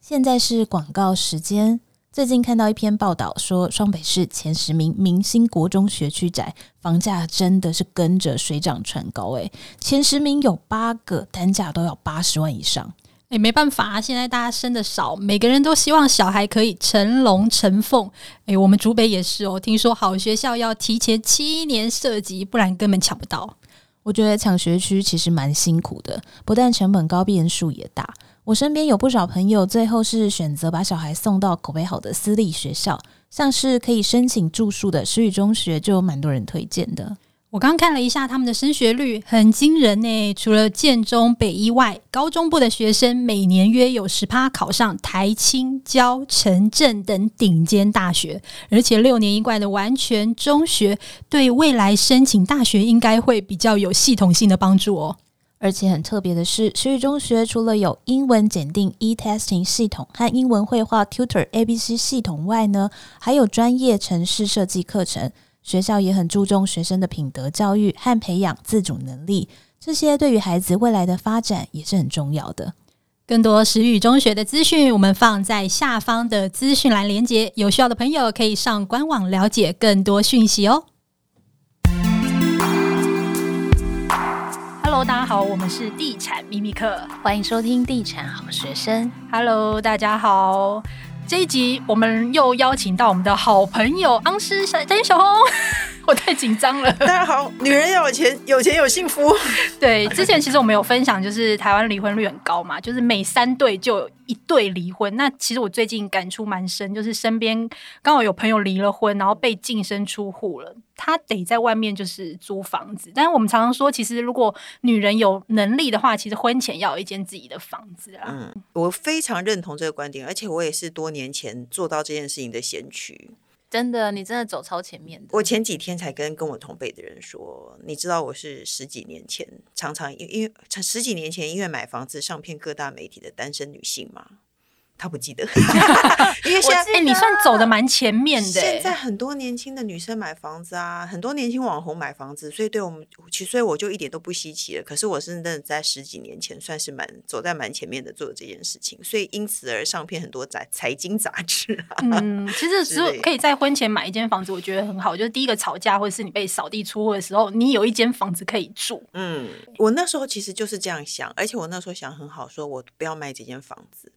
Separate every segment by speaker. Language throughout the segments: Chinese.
Speaker 1: 现在是广告时间。最近看到一篇报道说，双北市前十名明星国中学区宅房价真的是跟着水涨船高、欸，诶，前十名有八个单价都要八十万以上。
Speaker 2: 哎，没办法啊，现在大家生的少，每个人都希望小孩可以成龙成凤。哎，我们竹北也是哦，听说好学校要提前七年涉及，不然根本抢不到。
Speaker 1: 我觉得抢学区其实蛮辛苦的，不但成本高，变数也大。我身边有不少朋友最后是选择把小孩送到口碑好的私立学校，像是可以申请住宿的私立中学，就有蛮多人推荐的。
Speaker 2: 我刚看了一下他们的升学率，很惊人呢、除了建中、北一外，高中部的学生每年约有十趴考上台青、交、城镇等顶尖大学，而且六年一贯的完全中学，对未来申请大学应该会比较有系统性的帮助哦。
Speaker 1: 而且很特别的是，私立中学除了有英文检定 e-testing 系统和英文绘画 Tutor ABC 系统外呢，还有专业城市设计课程。学校也很注重学生的品德教育和培养自主能力，这些对于孩子未来的发展也是很重要的。
Speaker 2: 更多时语中学的资讯，我们放在下方的资讯栏连接，有需要的朋友可以上官网了解更多讯息哦。Hello，大家好，我们是地产秘密课。
Speaker 1: 欢迎收听《地产好学生》，
Speaker 2: Hello，大家好。这一集我们又邀请到我们的好朋友昂师小詹小红， 我太紧张了。
Speaker 3: 大家好，女人要有钱，有钱有幸福。
Speaker 2: 对，之前其实我们有分享，就是台湾离婚率很高嘛，就是每三对就有一对离婚。那其实我最近感触蛮深，就是身边刚好有朋友离了婚，然后被净身出户了，他得在外面就是租房子。但是我们常常说，其实如果女人有能力的话，其实婚前要有一间自己的房子啊。
Speaker 3: 嗯，我非常认同这个观点，而且我也是多年前做到这件事情的先驱。
Speaker 1: 真的，你真的走超前面的。
Speaker 3: 我前几天才跟跟我同辈的人说，你知道我是十几年前常常因因为十几年前因为买房子上骗各大媒体的单身女性吗？她不记得， 因为现在
Speaker 2: 哎、你算走的蛮前面的、
Speaker 3: 现在很多年轻的女生买房子啊，很多年轻网红买房子，所以对我们，其实所以我就一点都不稀奇了。可是我是真的在十几年前算是蛮走在蛮前面的做这件事情，所以因此而上片很多杂财经杂志啊。
Speaker 2: 嗯，其实只
Speaker 3: 之
Speaker 2: 有
Speaker 3: 类的
Speaker 2: 可以在婚前买一间房子，我觉得很好。就是第一个吵架，或者是你被扫地出货的时候，你有一间房子可以住。
Speaker 3: 嗯，我那时候其实就是这样想，而且我那时候想很好，说我不要卖这间房子，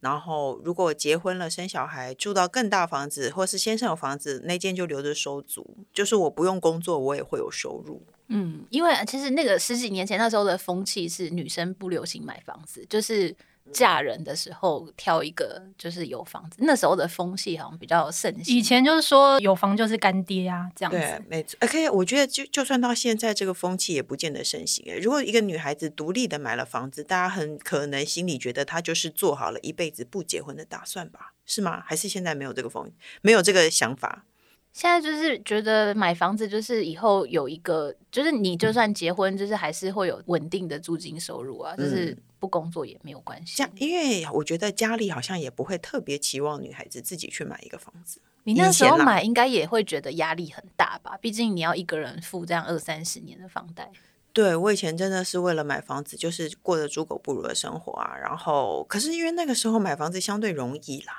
Speaker 3: 然后如果结婚了生小孩，住到更大房子，或是先生有房子，那间就留着收租，就是我不用工作，我也会有收入。
Speaker 4: 嗯，因为其实那个十几年前那时候的风气是女生不流行买房子，就是嫁人的时候挑一个就是有房子，那时候的风气好像比较盛行。
Speaker 2: 以前就是说有房就是干爹啊，这样
Speaker 3: 对
Speaker 2: 子。，
Speaker 3: 没错。而且我觉得就，就算到现在这个风气，也不见得盛行、欸。如果一个女孩子独立的买了房子，大家很可能心里觉得她就是做好了一辈子不结婚的打算吧？是吗？还是现在没有这个风，没有这个想法？
Speaker 4: 现在就是觉得买房子就是以后有一个，就是你就算结婚，就是还是会有稳定的租金收入啊，就是
Speaker 3: 嗯
Speaker 4: 不工作也没有关系
Speaker 2: 嗯
Speaker 3: 这。样，因为我觉得家里好像也不会特别期望女孩子自己去买一个房子。
Speaker 4: 你那时
Speaker 3: 以
Speaker 4: 候
Speaker 3: 前啦
Speaker 4: 买应该也会觉得压力很大吧？毕竟你要一个人付这样二三十年的房贷。
Speaker 3: 对我以前真的是为了买房子，就是过着猪狗不如的生活啊。然后，可是因为那个时候买房子相对容易啦，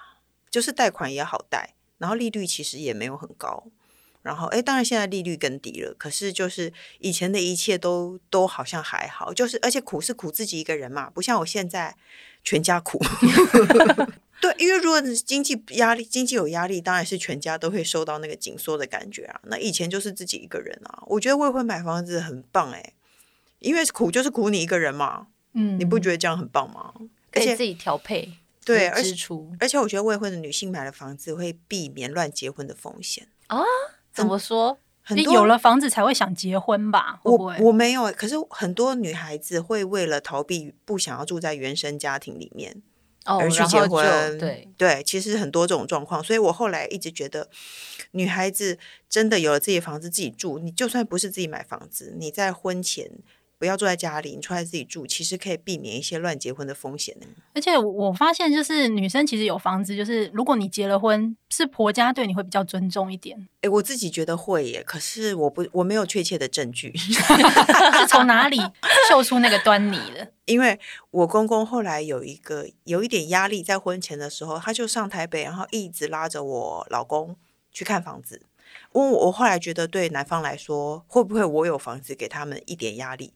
Speaker 3: 就是贷款也好贷，然后利率其实也没有很高。然后，哎，当然现在利率更低了，可是就是以前的一切都都好像还好，就是而且苦是苦自己一个人嘛，不像我现在全家苦。 对，因为如果你经济压力，经济有压力，当然是全家都会受到那个紧缩的感觉啊。那以前就是自己一个人啊，我觉得未婚买房子很棒哎、因为苦就是苦你一个人嘛，
Speaker 2: 嗯
Speaker 3: 你不觉得这样很棒吗？
Speaker 4: 可
Speaker 3: 而
Speaker 4: 以
Speaker 3: 且
Speaker 4: 嗯自己调配
Speaker 3: 对，
Speaker 4: 你的
Speaker 3: 而
Speaker 4: 支
Speaker 3: 且
Speaker 4: 出
Speaker 3: 而且我觉得未婚的女性买了房子会避免乱结婚的风险，
Speaker 4: 怎
Speaker 3: 嗯
Speaker 4: 么说？
Speaker 3: 很
Speaker 2: 你
Speaker 3: 多
Speaker 2: 有了房子才会想结婚吧？会不
Speaker 3: 我
Speaker 2: 会？
Speaker 3: 我没有欸，可是很多女孩子会为了逃避不想要住在原生家庭里面，
Speaker 4: 哦，
Speaker 3: 而去
Speaker 4: 然
Speaker 3: 结
Speaker 4: 后就
Speaker 3: 婚，
Speaker 4: 对，
Speaker 3: 其实很多这种状况，所以我后来一直觉得，女孩子真的有了自己的房子自己住，你就算不是自己买房子，你在婚前不要住在家里，你出来自己住，其实可以避免一些乱结婚的风险呢。
Speaker 2: 而且我我发现，就是女生其实有房子，就是如果你结了婚，是婆家对你会比较尊重一 点。
Speaker 3: 诶，我自己觉得会耶，可是我不我没有确切的证据，
Speaker 2: 是从哪里嗅出那个端倪的？
Speaker 3: 因为我公公后来有一个有一点压力，在婚前的时候，他就上台北，然后一直拉着我老公去看房子。因为我我后来觉得，对男方来说，会不会我有房子给他们一点压力？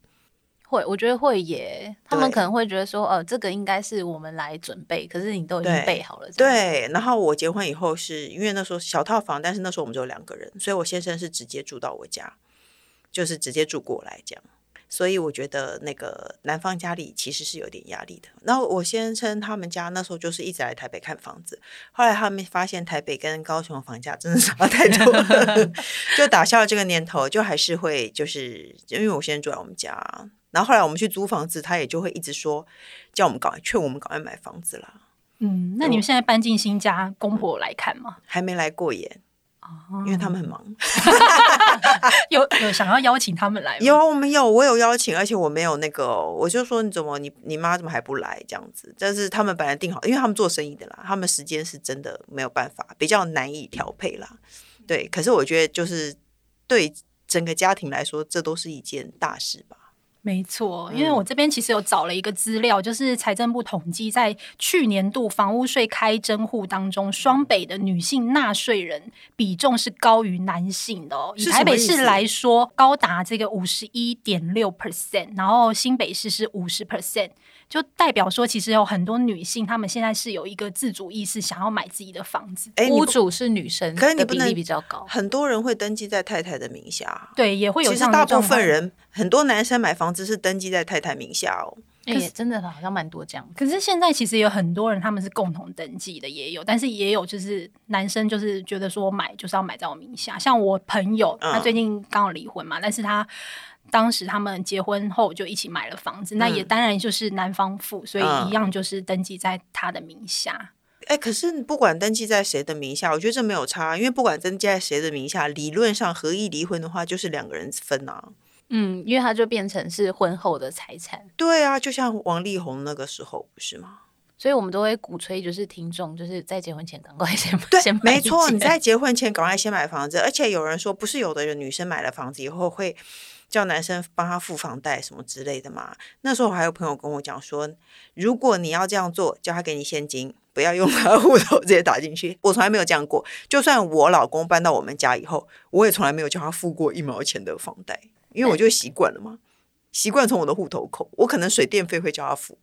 Speaker 4: 会，我觉得会耶。他们
Speaker 3: 对
Speaker 4: 可能会觉得说，哦，这个应该是我们来准备，可是你都已经
Speaker 3: 对
Speaker 4: 备好了。这样，
Speaker 3: 对，然后我结婚以后是因为那时候小套房，但是那时候我们只有两个人，所以我先生是直接住到我家，就是直接住过来这样。所以我觉得那个男方家里其实是有点压力的。然后我先生他们家那时候就是一直来台北看房子，后来他们发现台北跟高雄房价真的差太多 了，就打消了这个念头，就还是会就是因为我先生住在我们家，然后后来我们去租房子，他也就会一直说叫我们赶快劝我们赶快买房子啦。
Speaker 2: 嗯，那你们现在搬进新家，公婆来看吗？
Speaker 3: 还没来过耶，
Speaker 2: 哦
Speaker 3: 因为他们很忙。
Speaker 2: 有有想要邀请他们来吗？
Speaker 3: 有啊，我们有，我有邀请，而且我没有那个哦、我就说你怎么你你妈怎么还不来这样子？但是他们本来定好，因为他们做生意的啦，他们时间是真的没有办法，比较难以调配啦。
Speaker 2: 嗯
Speaker 3: 对，可是我觉得就是对整个家庭来说，这都是一件大事吧。
Speaker 2: 没错，因为
Speaker 3: 嗯
Speaker 2: 我这边其实有找了一个资料，就是财政部统计，在去年度房屋税开征户当中，双北的女性纳税人比重是高于男性的哦。以
Speaker 3: 是什么
Speaker 2: 台北
Speaker 3: 意
Speaker 2: 市
Speaker 3: 思
Speaker 2: 来说，高达这个五十一点六 percent，然后新北市是五十 percent，就代表说，其实有很多女性她们现在是有一个自主意识，想要买自己的房子。
Speaker 3: 哎，你
Speaker 4: 屋
Speaker 3: 不
Speaker 4: 主是女生，
Speaker 3: 可是你
Speaker 4: 的
Speaker 3: 不
Speaker 4: 比
Speaker 3: 能
Speaker 4: 例比较高。
Speaker 3: 很多人会登记在太太的名下啊。
Speaker 2: 对，也会有这
Speaker 3: 其实
Speaker 2: 样的
Speaker 3: 大部
Speaker 2: 状况
Speaker 3: 分人，很多男生买房子是登记在太太名下哦。
Speaker 4: 哎、
Speaker 2: 可是
Speaker 4: 也真的好像蛮多这样子。
Speaker 2: 可是现在其实有很多人他们是共同登记的，也有，但是也有就是男生就是觉得说买就是要买在我名下，像我朋友
Speaker 3: 嗯
Speaker 2: 他最近刚好离婚嘛，但是他。当时他们结婚后就一起买了房子，那也
Speaker 3: 嗯
Speaker 2: 当然就是男方付，所以
Speaker 3: 嗯
Speaker 2: 一样就是登记在他的名 下。
Speaker 3: 哎，可是你不管登记在谁的名下，我觉得这没有差，啊因为不管登记在谁的名下，理论上合意离婚的话，就是两个人分啊。
Speaker 4: 嗯，因为它就变成是婚后的财产，
Speaker 3: 对啊，就像王力宏那个时候，不是吗？
Speaker 4: 所以我们都会鼓吹，就是听众就是在结婚前赶快先
Speaker 3: 对
Speaker 4: 先，买
Speaker 3: 没错，
Speaker 4: 一
Speaker 3: 你
Speaker 4: 间
Speaker 3: 在结婚前赶快先买房子，而且有人说，不是有的人女生买了房子以后会叫男生帮她付房贷什么之类的嘛？那时候我还有朋友跟我讲说，如果你要这样做，叫他给你现金。不要用他的户头直接打进去，我从来没有这样过。就算我老公搬到我们家以后，我也从来没有叫他付过一毛钱的房贷，因为我就习惯了嘛，习惯从我的户头扣。我可能水电费会叫他付，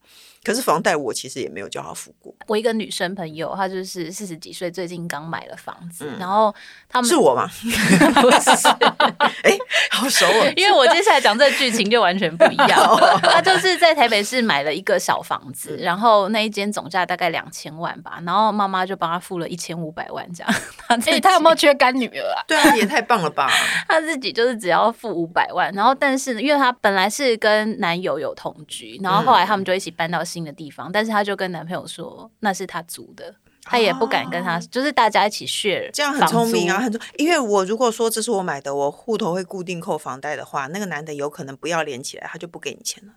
Speaker 3: 可是房贷我其实也没有叫他付过，
Speaker 4: 我一个女生朋友，她就是四十几岁，最近刚买了房子，然后他
Speaker 3: 嗯
Speaker 4: 们
Speaker 3: 是 我吗？
Speaker 4: 不 是，
Speaker 3: 好熟 哦。
Speaker 4: 因为我接下来讲这剧情就完全不一 样了。她就是在台北市买了一个小房子，
Speaker 3: 嗯
Speaker 4: 然后那一间总价大概两千万吧，然后妈妈就帮她付了一千五百万这样。她自
Speaker 2: 哎、
Speaker 4: 己
Speaker 2: 他有没有缺干女儿 啊？
Speaker 3: 对啊，也太棒了吧！
Speaker 4: 她自己就是只要付五百万，然后但是因为她本来是跟男友有同居，然后后来
Speaker 3: 嗯
Speaker 4: 他们就一起搬到新的地方，但是她就跟男朋友说那是她租的。她也不敢跟他，
Speaker 3: 哦
Speaker 4: 就是大家一起 share，
Speaker 3: 这样很
Speaker 4: 房
Speaker 3: 聪明啊，
Speaker 4: 租
Speaker 3: 很聪。因为我如果说这是我买的，我户头会固定扣房贷的话，那个男的有可能不要连起来，他就不给你钱了。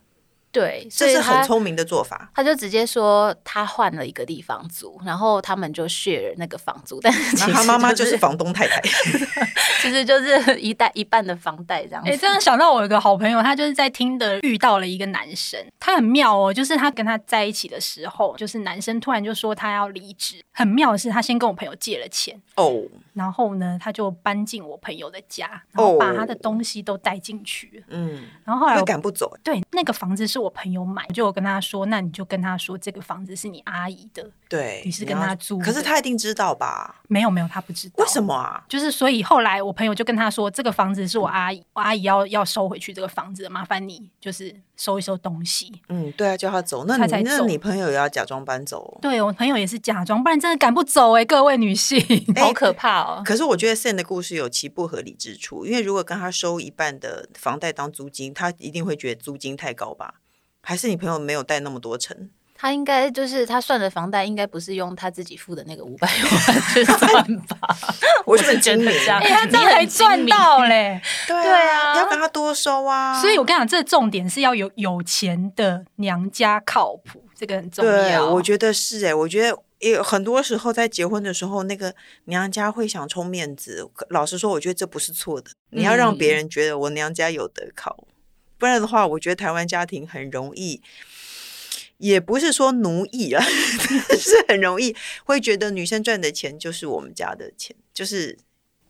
Speaker 4: 对，所
Speaker 3: 这
Speaker 4: 以
Speaker 3: 是
Speaker 4: 她
Speaker 3: 很聪明的 做法。
Speaker 4: 他就直接说他换了一个地方租，然后他们就 share 那个房租，但是其
Speaker 3: 然
Speaker 4: 实
Speaker 3: 后他妈妈
Speaker 4: 就
Speaker 3: 就是房东 太太，
Speaker 4: 其实就是一代一半的房贷这样
Speaker 2: 哎、
Speaker 4: 子。
Speaker 2: 这样想到我有个好朋友，他就是在听的遇到了一个男生，他很妙哦，就是他跟他在一起的时候，就是男生突然就说他要离职，很妙的是他先跟我朋友借了钱，
Speaker 3: 哦，
Speaker 2: 然后呢他就搬进我朋友的家，然后把他
Speaker 3: 哦
Speaker 2: 的东西都带进去，
Speaker 3: 嗯，
Speaker 2: 然后后来
Speaker 3: 又
Speaker 2: 我。
Speaker 3: 赶不走，
Speaker 2: 对，那个房子是我朋友买，我就有跟他说，那你就跟他说这个房子是你阿姨的，
Speaker 3: 对，
Speaker 2: 你是跟他
Speaker 3: 要
Speaker 2: 租
Speaker 3: 可是
Speaker 2: 的
Speaker 3: 他一定知道吧？
Speaker 2: 没有没有，他不知道
Speaker 3: 为什。么啊？
Speaker 2: 就是，所以后来我朋友就跟他说，这个房子是我阿姨，我阿姨要要收回去这个房子，麻烦你就是收一收东西。
Speaker 3: 嗯，对啊，叫他走。那
Speaker 2: 他
Speaker 3: 你
Speaker 2: 才
Speaker 3: 那
Speaker 2: 走
Speaker 3: 你朋友也要假装搬走哦。
Speaker 2: 对我朋友也是假装，不然真的赶不走哎、各位女性。
Speaker 3: 哎
Speaker 4: 好可怕哦！
Speaker 3: 可是我觉得 Sen 的故事有其不合理之处，因为如果跟他收一半的 房贷当租金，他一定会觉得租金太高吧？还是你朋友没有贷那么多成？
Speaker 4: 她应该就是她算的房贷，应该不是用她自己付的那个五百万 去算吧？
Speaker 3: 我
Speaker 4: 是
Speaker 3: 是
Speaker 4: 觉
Speaker 3: 觉
Speaker 4: 得
Speaker 3: 得
Speaker 4: 这 样
Speaker 2: 哎、他这样还赚到嘞！
Speaker 3: 欸对
Speaker 4: 对啊
Speaker 3: 要跟他多收啊。
Speaker 2: 所以我跟你讲，这重点是要有有钱的娘家靠谱，这个很重
Speaker 3: 对，
Speaker 2: 要。
Speaker 3: 我觉得是哎、我觉得。也很多时候在结婚的时候，那个娘家会想充面子。可老实说，我觉得这不是错的。你要让
Speaker 2: 嗯
Speaker 3: 别人觉得我娘家有得靠，不然的话，我觉得台湾家庭很容易，也不是说奴役啊， 但是很容易会觉得女生赚的钱就是我们家的钱，就是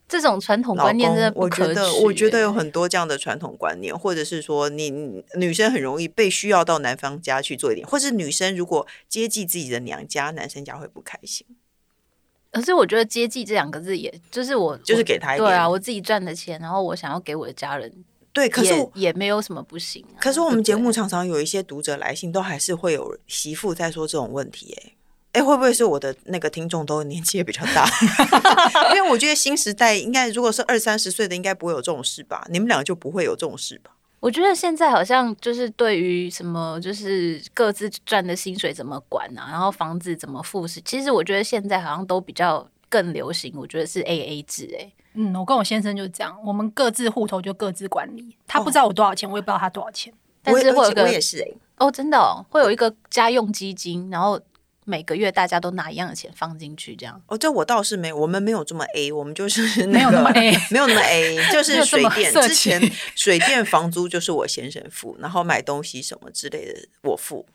Speaker 4: 这种传统
Speaker 3: 老
Speaker 4: 观念真的
Speaker 3: 公。
Speaker 4: 不
Speaker 3: 我
Speaker 4: 可
Speaker 3: 觉
Speaker 4: 取
Speaker 3: 得，我觉得
Speaker 4: 欸
Speaker 3: 有很多这样的传统观念，或者是说你，你女生很容易被需要到男方家去做一点，或是女生如果接济自己的娘家，男生家会不开心。
Speaker 4: 可是我觉得“接济”这两个字也，就是我
Speaker 3: 就是
Speaker 4: 我
Speaker 3: 给他一
Speaker 4: 对啊，
Speaker 3: 点
Speaker 4: 我自己赚的钱，然后我想要给我的家人，
Speaker 3: 对，可是
Speaker 4: 也
Speaker 3: 我
Speaker 4: 也没有什么不行、啊。
Speaker 3: 可是我们节
Speaker 4: 对不
Speaker 3: 目
Speaker 4: 对
Speaker 3: 常常有一些读者来信，都还是会有媳妇在说这种问题、欸，哎。哎，会不会是我的那个听众都年纪也比较大？ 因为我觉得新时代应该，如果是二三十岁的，应该不会有这种事吧？你们俩就不会有这种事吧？
Speaker 4: 我觉得现在好像就是对于什么，就是各自赚的薪水怎么管啊，然后房子怎么付是，其实我觉得现在好像都比较更流行，我觉得是 A A 制、欸，哎，
Speaker 2: 嗯，我跟我先生就是这样，我们各自户头就各自管理。他
Speaker 3: 哦
Speaker 2: 不知道我多少钱，我也不知道他多少钱。
Speaker 4: 但是会
Speaker 3: 我也
Speaker 4: 有一个
Speaker 3: 我也是哎、
Speaker 4: 哦，真的、哦、会有一个家用基金，然后每个月大家都拿一样的钱放进去，这样。
Speaker 3: 哦，这我倒是没有，我们没有这么 A，我 们就是
Speaker 2: 没有那么 A
Speaker 3: 没有那么 A，就
Speaker 2: 没
Speaker 3: 是
Speaker 2: 有这
Speaker 3: 水
Speaker 2: 么
Speaker 3: 电
Speaker 2: 色
Speaker 3: 之前水电房租就是我先生付，然后买东西什么之类的我付，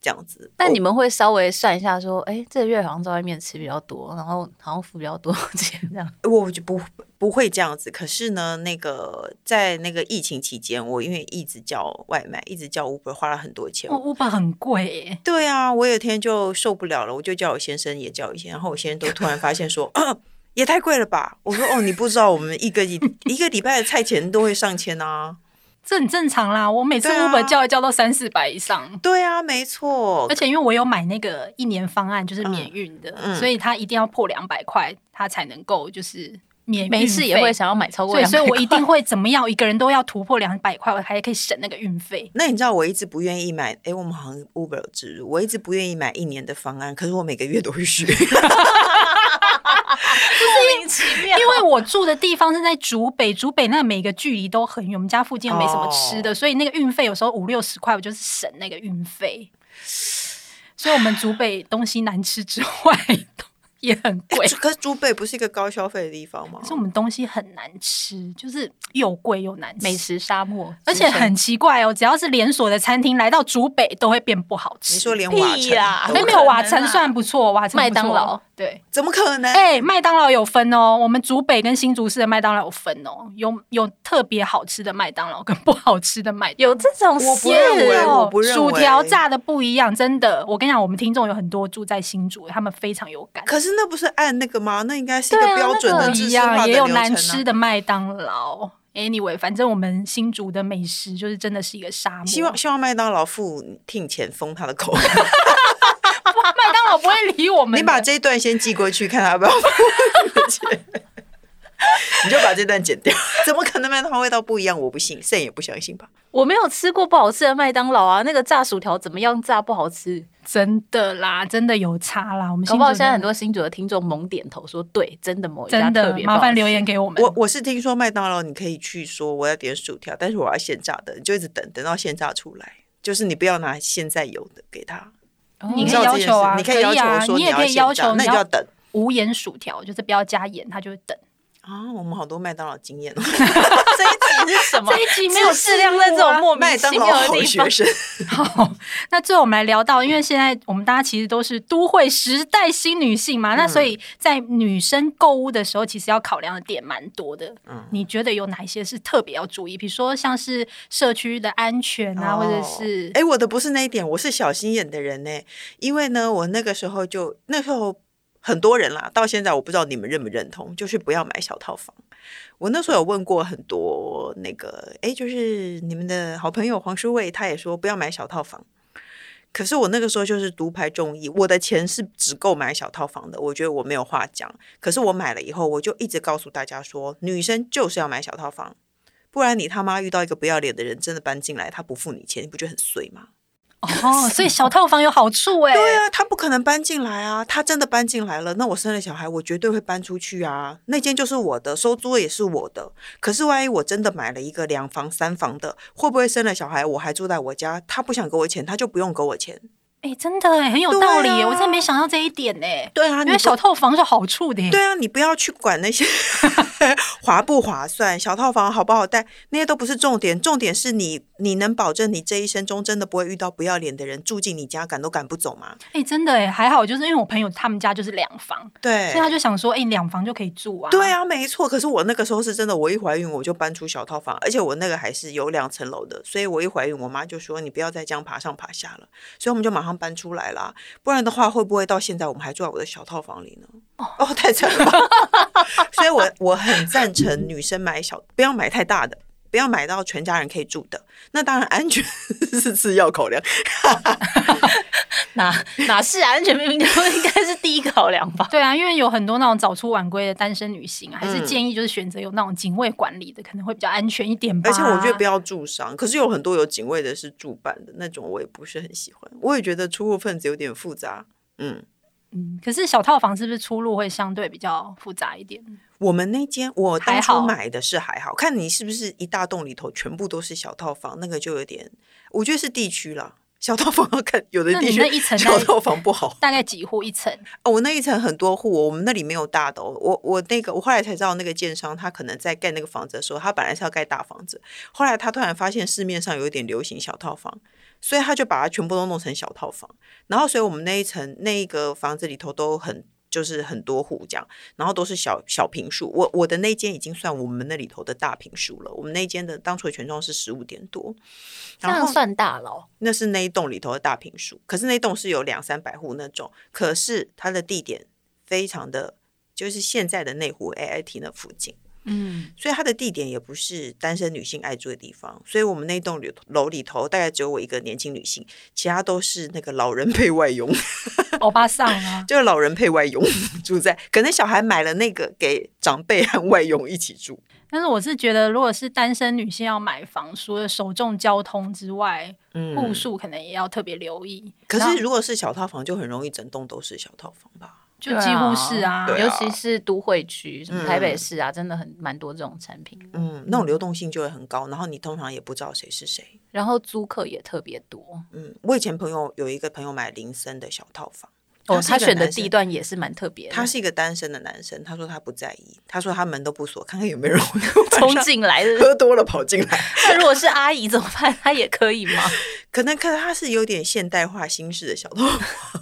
Speaker 3: 这样子。
Speaker 4: 那
Speaker 3: 我
Speaker 4: 你们会稍微算一下，说，哎、这个月好像在外面吃比较多，然后好像付比较多钱这样。
Speaker 3: 我就不不会这样子，可是呢，那个在那个疫情期间，我因为一直叫外卖，一直叫 Uber，花了很多钱。
Speaker 2: 哦，Uber 很贵欸耶，
Speaker 3: 对啊，我有一天就受不了了，我就叫我先生也叫一些，然后我先生都突然发现说， 啊也太贵了吧！我说哦，你不知道我们一个 一一个礼拜的菜钱都会上千啊。
Speaker 2: 这很正常啦。我每次
Speaker 3: 对啊
Speaker 2: Uber 叫一叫到三四百以上。
Speaker 3: 对啊，没错
Speaker 2: 而。且因为我有买那个一年方案，就是免运的，
Speaker 3: 嗯嗯
Speaker 2: 所以他一定要破两百块，他才能够就是免运
Speaker 4: 每次也
Speaker 2: 费
Speaker 4: 会想要买超过
Speaker 2: 所以，
Speaker 4: 两
Speaker 2: 所
Speaker 4: 百
Speaker 2: 以我一定会怎么样，一个人都要突破两百块，我还可以省那个运费。
Speaker 3: 那你知道我一直不愿意买，诶，我们好像 Uber 有植入，我一直不愿意买一年的方案，可是我每个月都 会续。
Speaker 4: 莫名其妙
Speaker 2: 因为我住的地方是在竹北，竹北那每个距离都很远，我们家附近又没什么吃
Speaker 4: 哦
Speaker 2: 的，所以那个运费有时候五六十块，我就是省那个运费。所以我们竹北东西难吃之外，也很
Speaker 4: 哎
Speaker 2: 贵。
Speaker 3: 可是竹北不是一个高消费的地方吗
Speaker 2: 可？是我们东西很难吃，就是又贵又难吃，
Speaker 4: 美食沙漠，
Speaker 2: 而且很奇怪哦，只要是连锁的餐厅来到竹北都会变不好吃。
Speaker 3: 你说连瓦
Speaker 4: 屁
Speaker 3: 城
Speaker 4: 呀
Speaker 3: 都
Speaker 2: 那
Speaker 4: 不
Speaker 2: 没
Speaker 4: 可
Speaker 2: 有瓦
Speaker 4: 能
Speaker 2: 城
Speaker 4: 啊
Speaker 2: 算不错，瓦城
Speaker 4: 麦
Speaker 2: 不
Speaker 4: 当
Speaker 2: 错
Speaker 4: 劳
Speaker 2: 对。
Speaker 3: 怎么可能？
Speaker 2: 哎、麦当劳有分哦，我们竹北跟新竹市的麦当劳有分哦，有有特别好吃的麦当劳跟不好吃的麦当劳
Speaker 4: 有这种
Speaker 3: 我
Speaker 4: 事
Speaker 3: 不认为，
Speaker 4: 哦
Speaker 3: 我不认为。
Speaker 2: 薯条炸的不一样，真的。我跟你讲，我们听众有很多住在新竹，他们非常有感。
Speaker 3: 可是那不是按那个吗？那应该是一
Speaker 4: 对啊
Speaker 3: 个标准
Speaker 4: 那
Speaker 3: 的
Speaker 4: 个
Speaker 2: 一
Speaker 3: 知识化
Speaker 2: 样
Speaker 3: 的
Speaker 2: 也
Speaker 3: 流
Speaker 2: 有
Speaker 3: 程、啊
Speaker 2: 难吃的麦当劳。Anyway，反正我们新竹的美食就是真的是一个沙漠。啊
Speaker 3: 希望希望麦当劳付听钱封他的口，
Speaker 2: 麦当劳不会理我们的。
Speaker 3: 你把这一段先寄过去，看他要不要付你的钱。你就把这段剪掉，怎么可能麦当劳味道不一样？我不信，Sam 也不相信吧？
Speaker 4: 我没有吃过不好吃的麦当劳啊，那个炸薯条怎么样炸不好吃？
Speaker 2: 真的啦，真的有差啦。我们
Speaker 4: 搞
Speaker 2: 新竹
Speaker 4: 不好现在很
Speaker 2: 多
Speaker 4: 多新竹的听众猛点头说，对，真的某一家
Speaker 2: 真
Speaker 4: 特
Speaker 2: 的
Speaker 4: 别不好
Speaker 2: 麻
Speaker 4: 吃
Speaker 2: 烦留言。给我们。
Speaker 3: 我我是听说麦当劳你可以去说我要点薯条，但是我要现炸的，你就一直等等到现炸出来，就是你不要拿现在有的给他。
Speaker 4: 哦
Speaker 2: 你
Speaker 3: 知
Speaker 2: 可
Speaker 3: 道
Speaker 2: 以要
Speaker 3: 这件
Speaker 2: 求
Speaker 3: 事
Speaker 2: 啊
Speaker 3: 你可
Speaker 2: 可
Speaker 3: 以要
Speaker 2: 以啊
Speaker 3: 求说
Speaker 2: 你也可以
Speaker 3: 要
Speaker 2: 要
Speaker 3: 现炸
Speaker 2: 求你
Speaker 3: 那你就
Speaker 2: 要
Speaker 3: 要等
Speaker 2: 无盐薯条，就是不要加盐，它就会等。
Speaker 3: 啊。我们好多麦当劳经 验哦，
Speaker 4: 这一集是 什么？
Speaker 2: 这一集没有
Speaker 4: 适量在这种莫名
Speaker 3: 麦当
Speaker 4: 其
Speaker 3: 劳
Speaker 4: 妙的
Speaker 3: 好
Speaker 4: 地方
Speaker 3: 学。生。
Speaker 2: 好，那最后我们来聊到，因为现在我们大家其实都是都会时代新女性
Speaker 3: 嗯
Speaker 2: 嘛，那所以在女生购物的时候，其实要考量的点蛮多的。
Speaker 3: 嗯
Speaker 2: 你觉得有哪一些是特别要注意？比如说像是社区的安全
Speaker 3: 哦
Speaker 2: 啊，或者是
Speaker 3: 哎、诶我的不是那一点，我是小心眼的人呢、因为呢，我那个时候就那时候很多人啦，到现在我不知道你们认不认同，就是不要买小套房。我那时候有问过很多那个，哎，就是你们的好朋友黄书卫，他也说不要买小套房。可是我那个时候就是独排众议，我的钱是只够买小套房的，我觉得我没有话讲。可是我买了以后，我就一直告诉大家说，女生就是要买小套房，不然你他妈遇到一个不要脸的人真的搬进来，他不付你钱，你不觉得很衰吗？
Speaker 2: 哦，所以小套房有好处哎、
Speaker 3: 哎对啊，他不可能搬进来啊！他真的搬进来了，那我生了小孩，我绝对会搬出去啊！那间就是我的，收租也是我的。可是万一我真的买了一个两房、三房的，会不会生了小孩，我还住在我家，他不想给我钱，他就不用给我钱？
Speaker 2: 哎、真的哎、很有道理耶、
Speaker 3: 对啊
Speaker 2: 我真的没想到这一点哎、
Speaker 3: 对啊，
Speaker 2: 因
Speaker 3: 你
Speaker 2: 为小
Speaker 3: 不
Speaker 2: 套房是有好处的耶、
Speaker 3: 对啊，你不要去管那些 划不划算，小套房好不好带，那些都不是重点。重点是你，你能保证你这一生中真的不会遇到不要脸的人住进你家，赶都赶不走吗？
Speaker 2: 哎、真的哎、还好，就是因为我朋友他们家就是两房，
Speaker 3: 对
Speaker 2: 所以，他就想说，哎、两房就可以住啊。
Speaker 3: 对，啊，没错。可是我那个时候是真的，我一怀孕我就搬出小套房，而且我那个还是有两层楼的，所以我一怀孕，我妈就说你不要再这样爬上爬下了，所以我们就马上搬出来啦。不然的话，会不会到现在我们还住在我的小套房里呢？哦，太惨了吧。 所以我我很赞成女生买小，不要买太大的。不要买到全家人可以住的，那当然安全 是次要考量。
Speaker 4: 哪哪是啊安全明明就 应该是第一考量吧。
Speaker 2: 对啊，因为有很多那种早出晚归的单身女性啊，还是
Speaker 3: 嗯
Speaker 2: 建议就是选择有那种警卫管理的，可能会比较安全一点吧。
Speaker 3: 而且我觉得不要住商，可是有很多有警卫的是住办的那种，我也不是很喜欢。我也觉得出入分子有点复杂。嗯，
Speaker 2: 嗯，可是小套房是不是出入会相对比较复杂一点？
Speaker 3: 我们那间我当
Speaker 2: 还好
Speaker 3: 初买的是还好，看你是不是一大栋里头全部都是小套房，那个就有点，我觉得是地区啦。小套房要看有的
Speaker 2: 那
Speaker 3: 地
Speaker 2: 你
Speaker 3: 区
Speaker 2: 那一层大
Speaker 3: 小
Speaker 2: 概
Speaker 3: 套房不好。
Speaker 2: 大概几户一层？
Speaker 3: 哦，我那一层很多户哦，我们那里没有大的、哦。我我那个我后来才知道，那个建商他可能在盖那个房子的时候，他本来是要盖大房子，后来他突然发现市面上有一点流行小套房，所以他就把它全部都弄成小套房。然后，所以我们那一层那一个房子里头都很就是很多户这样，然后都是小小平数。我我的那间已经算我们那里头的大平数了。我们那间的当初的权重是十五点多，
Speaker 4: 这
Speaker 3: 然
Speaker 4: 样
Speaker 3: 后
Speaker 4: 算大佬，
Speaker 3: 那是那一栋里头的大平数，可是那一栋是有两三百户那种，可是它的地点非常的，就是现在的内湖 AIT 那附近，
Speaker 4: 嗯，
Speaker 3: 所以它的地点也不是单身女性爱住的地方，所以我们那一栋里楼里头大概只有我一个年轻女性，其他都是那个老人配外佣，
Speaker 2: 欧巴桑啊，
Speaker 3: 就是老人配外佣 住在，可能小孩买了那个给长辈和外佣一起住，
Speaker 2: 但是我是觉得，如果是单身女性要买房，除了首重交通之外，
Speaker 3: 嗯
Speaker 2: 户数可能也要特别留意。
Speaker 3: 可
Speaker 2: 然
Speaker 3: 是
Speaker 2: 后
Speaker 3: 如果是小套房，就很容易整栋都是小套房吧。
Speaker 2: 就几乎是啊，
Speaker 3: 对啊
Speaker 4: 尤其是都会区，什么
Speaker 3: 嗯
Speaker 4: 台北市啊，真的很蛮多这种产品。
Speaker 3: 嗯，那种流动性就会很高，然后你通常也不知道谁是谁。
Speaker 4: 然后租客也特别多，
Speaker 3: 嗯，我以前朋友有一个朋友买林森的小套房，
Speaker 4: 哦，
Speaker 3: 是
Speaker 4: 他
Speaker 3: 一个
Speaker 4: 选的
Speaker 3: 男生
Speaker 4: 地，段也是蛮特别的，
Speaker 3: 他是一个单身的男生，他说他不在意，他说他门都不锁，看看有没有人 会晚
Speaker 4: 冲
Speaker 3: 上
Speaker 4: 进来的。
Speaker 3: 喝多了跑进来。
Speaker 4: 那如果是阿姨怎么办？ 她也可以吗？
Speaker 3: 可能看他是有点现代化新式的小套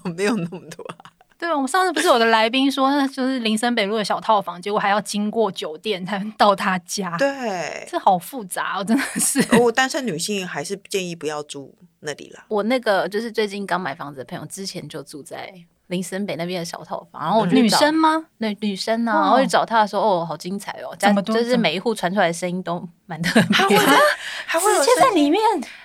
Speaker 3: 房， 没有那么多、啊。
Speaker 2: 对，我们上次不是有的来宾说，那就是林森北路的小套房，结果还要经过酒店才能到他家，
Speaker 4: 啊
Speaker 3: 对，
Speaker 2: 这好复杂哦，真的是。
Speaker 3: 我单身女性还是建议不要住那里啦。
Speaker 4: 我那个就是最近刚买房子的朋友，之前就住在林森北那边的小套房，然后我就去
Speaker 2: 女
Speaker 4: 找
Speaker 2: 生吗？
Speaker 4: 对女生呢、
Speaker 2: 哦
Speaker 4: 然后去找她的时候，哦，好精彩哦，家
Speaker 2: 怎么都
Speaker 4: 就是
Speaker 2: 怎么
Speaker 4: 每一户传出来的声音都蛮特别啊的。
Speaker 3: 还会有
Speaker 2: 直接在
Speaker 3: 声音
Speaker 2: 里面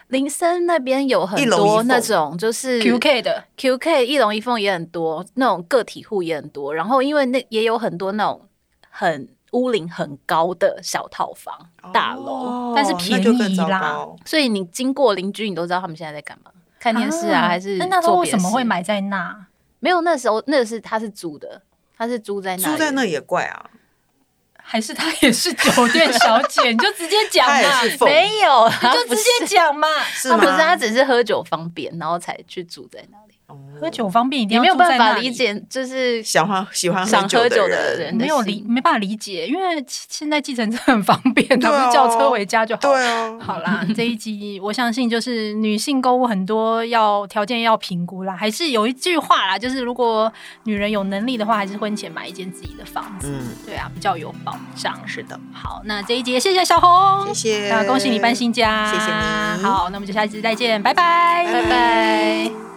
Speaker 4: 林森那边有很
Speaker 3: 一楼一
Speaker 4: 多
Speaker 3: 缝
Speaker 4: 那种就是
Speaker 2: QK 的，
Speaker 4: QK 一龙一凤也很多，那种个体户也很多。然后因为那也有很多那种很屋龄很高的小套房、大楼，
Speaker 3: 哦
Speaker 2: 但是
Speaker 3: 那就
Speaker 2: 便
Speaker 3: 更
Speaker 2: 宜
Speaker 3: 糟
Speaker 2: 啦
Speaker 3: 糕。
Speaker 4: 所以你经过邻居，你都知道他们现在在干嘛，看电视啊，还是
Speaker 2: 那那时候
Speaker 4: 做
Speaker 2: 为
Speaker 4: 别的
Speaker 2: 什么
Speaker 4: 事
Speaker 2: 会？买在那？
Speaker 4: 没有，那时候那是他是租的，他是租在那里，
Speaker 3: 住在那也怪啊，
Speaker 2: 还是她也是酒店小姐？你就直接讲
Speaker 3: 她也
Speaker 2: 嘛，
Speaker 3: 是
Speaker 2: 没
Speaker 3: 凤，
Speaker 4: 没有，
Speaker 2: 你
Speaker 4: 他
Speaker 2: 就
Speaker 4: 不
Speaker 2: 直
Speaker 4: 是
Speaker 2: 接讲 嘛。
Speaker 3: 是
Speaker 4: 他
Speaker 3: 吗？
Speaker 4: 不是，他只是喝酒方便，然后才去住在那里，
Speaker 3: 哦
Speaker 2: 喝酒方便一定
Speaker 4: 也
Speaker 2: 要
Speaker 4: 没有
Speaker 2: 住在
Speaker 4: 办法
Speaker 2: 那里
Speaker 4: 理，解，就是
Speaker 3: 想欢喜欢
Speaker 4: 想喝酒的
Speaker 3: 的
Speaker 4: 人
Speaker 2: 没有
Speaker 4: 心
Speaker 2: 理没办法理解，因为其现在计程车很方便，他
Speaker 3: 对
Speaker 2: 不
Speaker 3: 啊
Speaker 2: 是叫车回家就好了。
Speaker 3: 对啊，
Speaker 2: 好啦，这一集我相信就是女性购物很多要条件要评估啦，还是有一句话啦，就是如果女人有能力的话，还是婚前买一间自己的房子，
Speaker 3: 嗯，
Speaker 2: 对啊，比较有保障。
Speaker 3: 是的，
Speaker 2: 好，那这一集也谢谢小红，
Speaker 3: 谢谢，
Speaker 2: 那恭喜你搬新家，
Speaker 3: 谢谢你
Speaker 2: 好，那我们就下一集再见，拜拜，
Speaker 3: 拜拜
Speaker 2: 拜